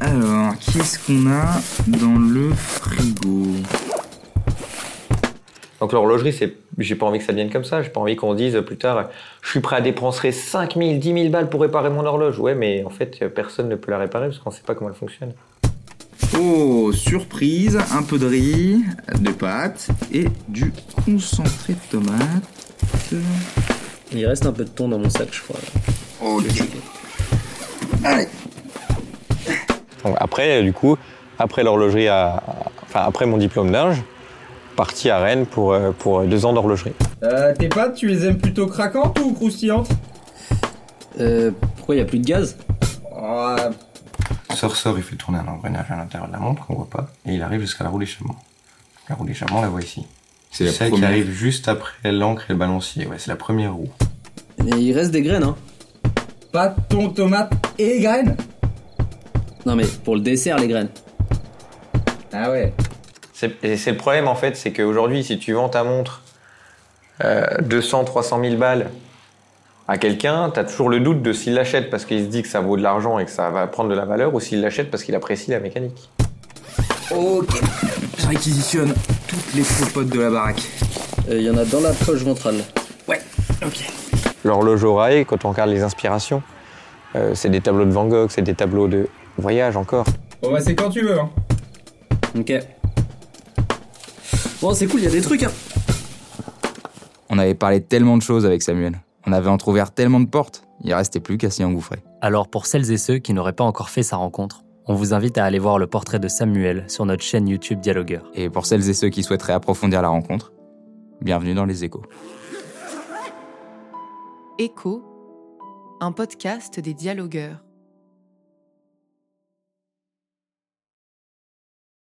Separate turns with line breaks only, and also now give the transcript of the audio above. Alors, qu'est-ce qu'on a dans le frigo
Donc l'horlogerie, c'est, j'ai pas envie que ça devienne comme ça. J'ai pas envie qu'on se dise euh, plus tard, euh, je suis prêt à dépenser 5 000, 10 000 balles pour réparer mon horloge. Ouais, mais en fait, euh, personne ne peut la réparer parce qu'on sait pas comment elle fonctionne.
Oh, surprise, un peu de riz, de pâtes et du concentré de tomate.
Il reste un peu de thon dans mon sac, je crois.
Ok. Allez,
Donc après, du coup, après l'horlogerie, à- à- enfin après mon diplôme d'Inge, parti à Rennes pour, euh, pour deux ans d'horlogerie.
Euh, tes pâtes, tu les aimes plutôt craquantes ou croustillantes
Euh, pourquoi il n'y a plus de gaz
Ah,
Sort, sort, il fait tourner un engrenage à l'intérieur de la montre qu'on voit pas, et il arrive jusqu'à la roue d'échappement. La roue d'échappement, on la voit ici.
C'est la
celle
première.
qui arrive juste après l'ancre et le balancier. Ouais, c'est la première roue.
Et Il reste des graines, hein.
Pâtes, thon, tomates et graines
Non mais pour le dessert, les graines.
Ah ouais.
C'est et c'est le problème en fait, c'est qu'aujourd'hui, si tu vends ta montre euh, 200, 300 000 balles à quelqu'un, t'as toujours le doute de s'il l'achète parce qu'il se dit que ça vaut de l'argent et que ça va prendre de la valeur ou s'il l'achète parce qu'il apprécie la mécanique.
ok. Je réquisitionne toutes les popotes de la baraque.
Euh, Il y en a dans la poche ventrale.
L'horloge au rail, quand on regarde les inspirations, euh, c'est des tableaux de Van Gogh, c'est des tableaux de voyage encore.
Bon bah c'est quand tu veux. Hein.
Ok. Bon, c'est cool, il y a des trucs, hein.
On avait parlé tellement de choses avec Samuel. On avait entrouvert tellement de portes. Il restait plus qu'à s'y engouffrer.
Alors pour celles et ceux qui n'auraient pas encore fait sa rencontre, on vous invite à aller voir le portrait de Samuel sur notre chaîne YouTube Dialogueur.
Et pour celles et ceux qui souhaiteraient approfondir la rencontre, bienvenue dans les échos.
Écho, un podcast des dialogueurs.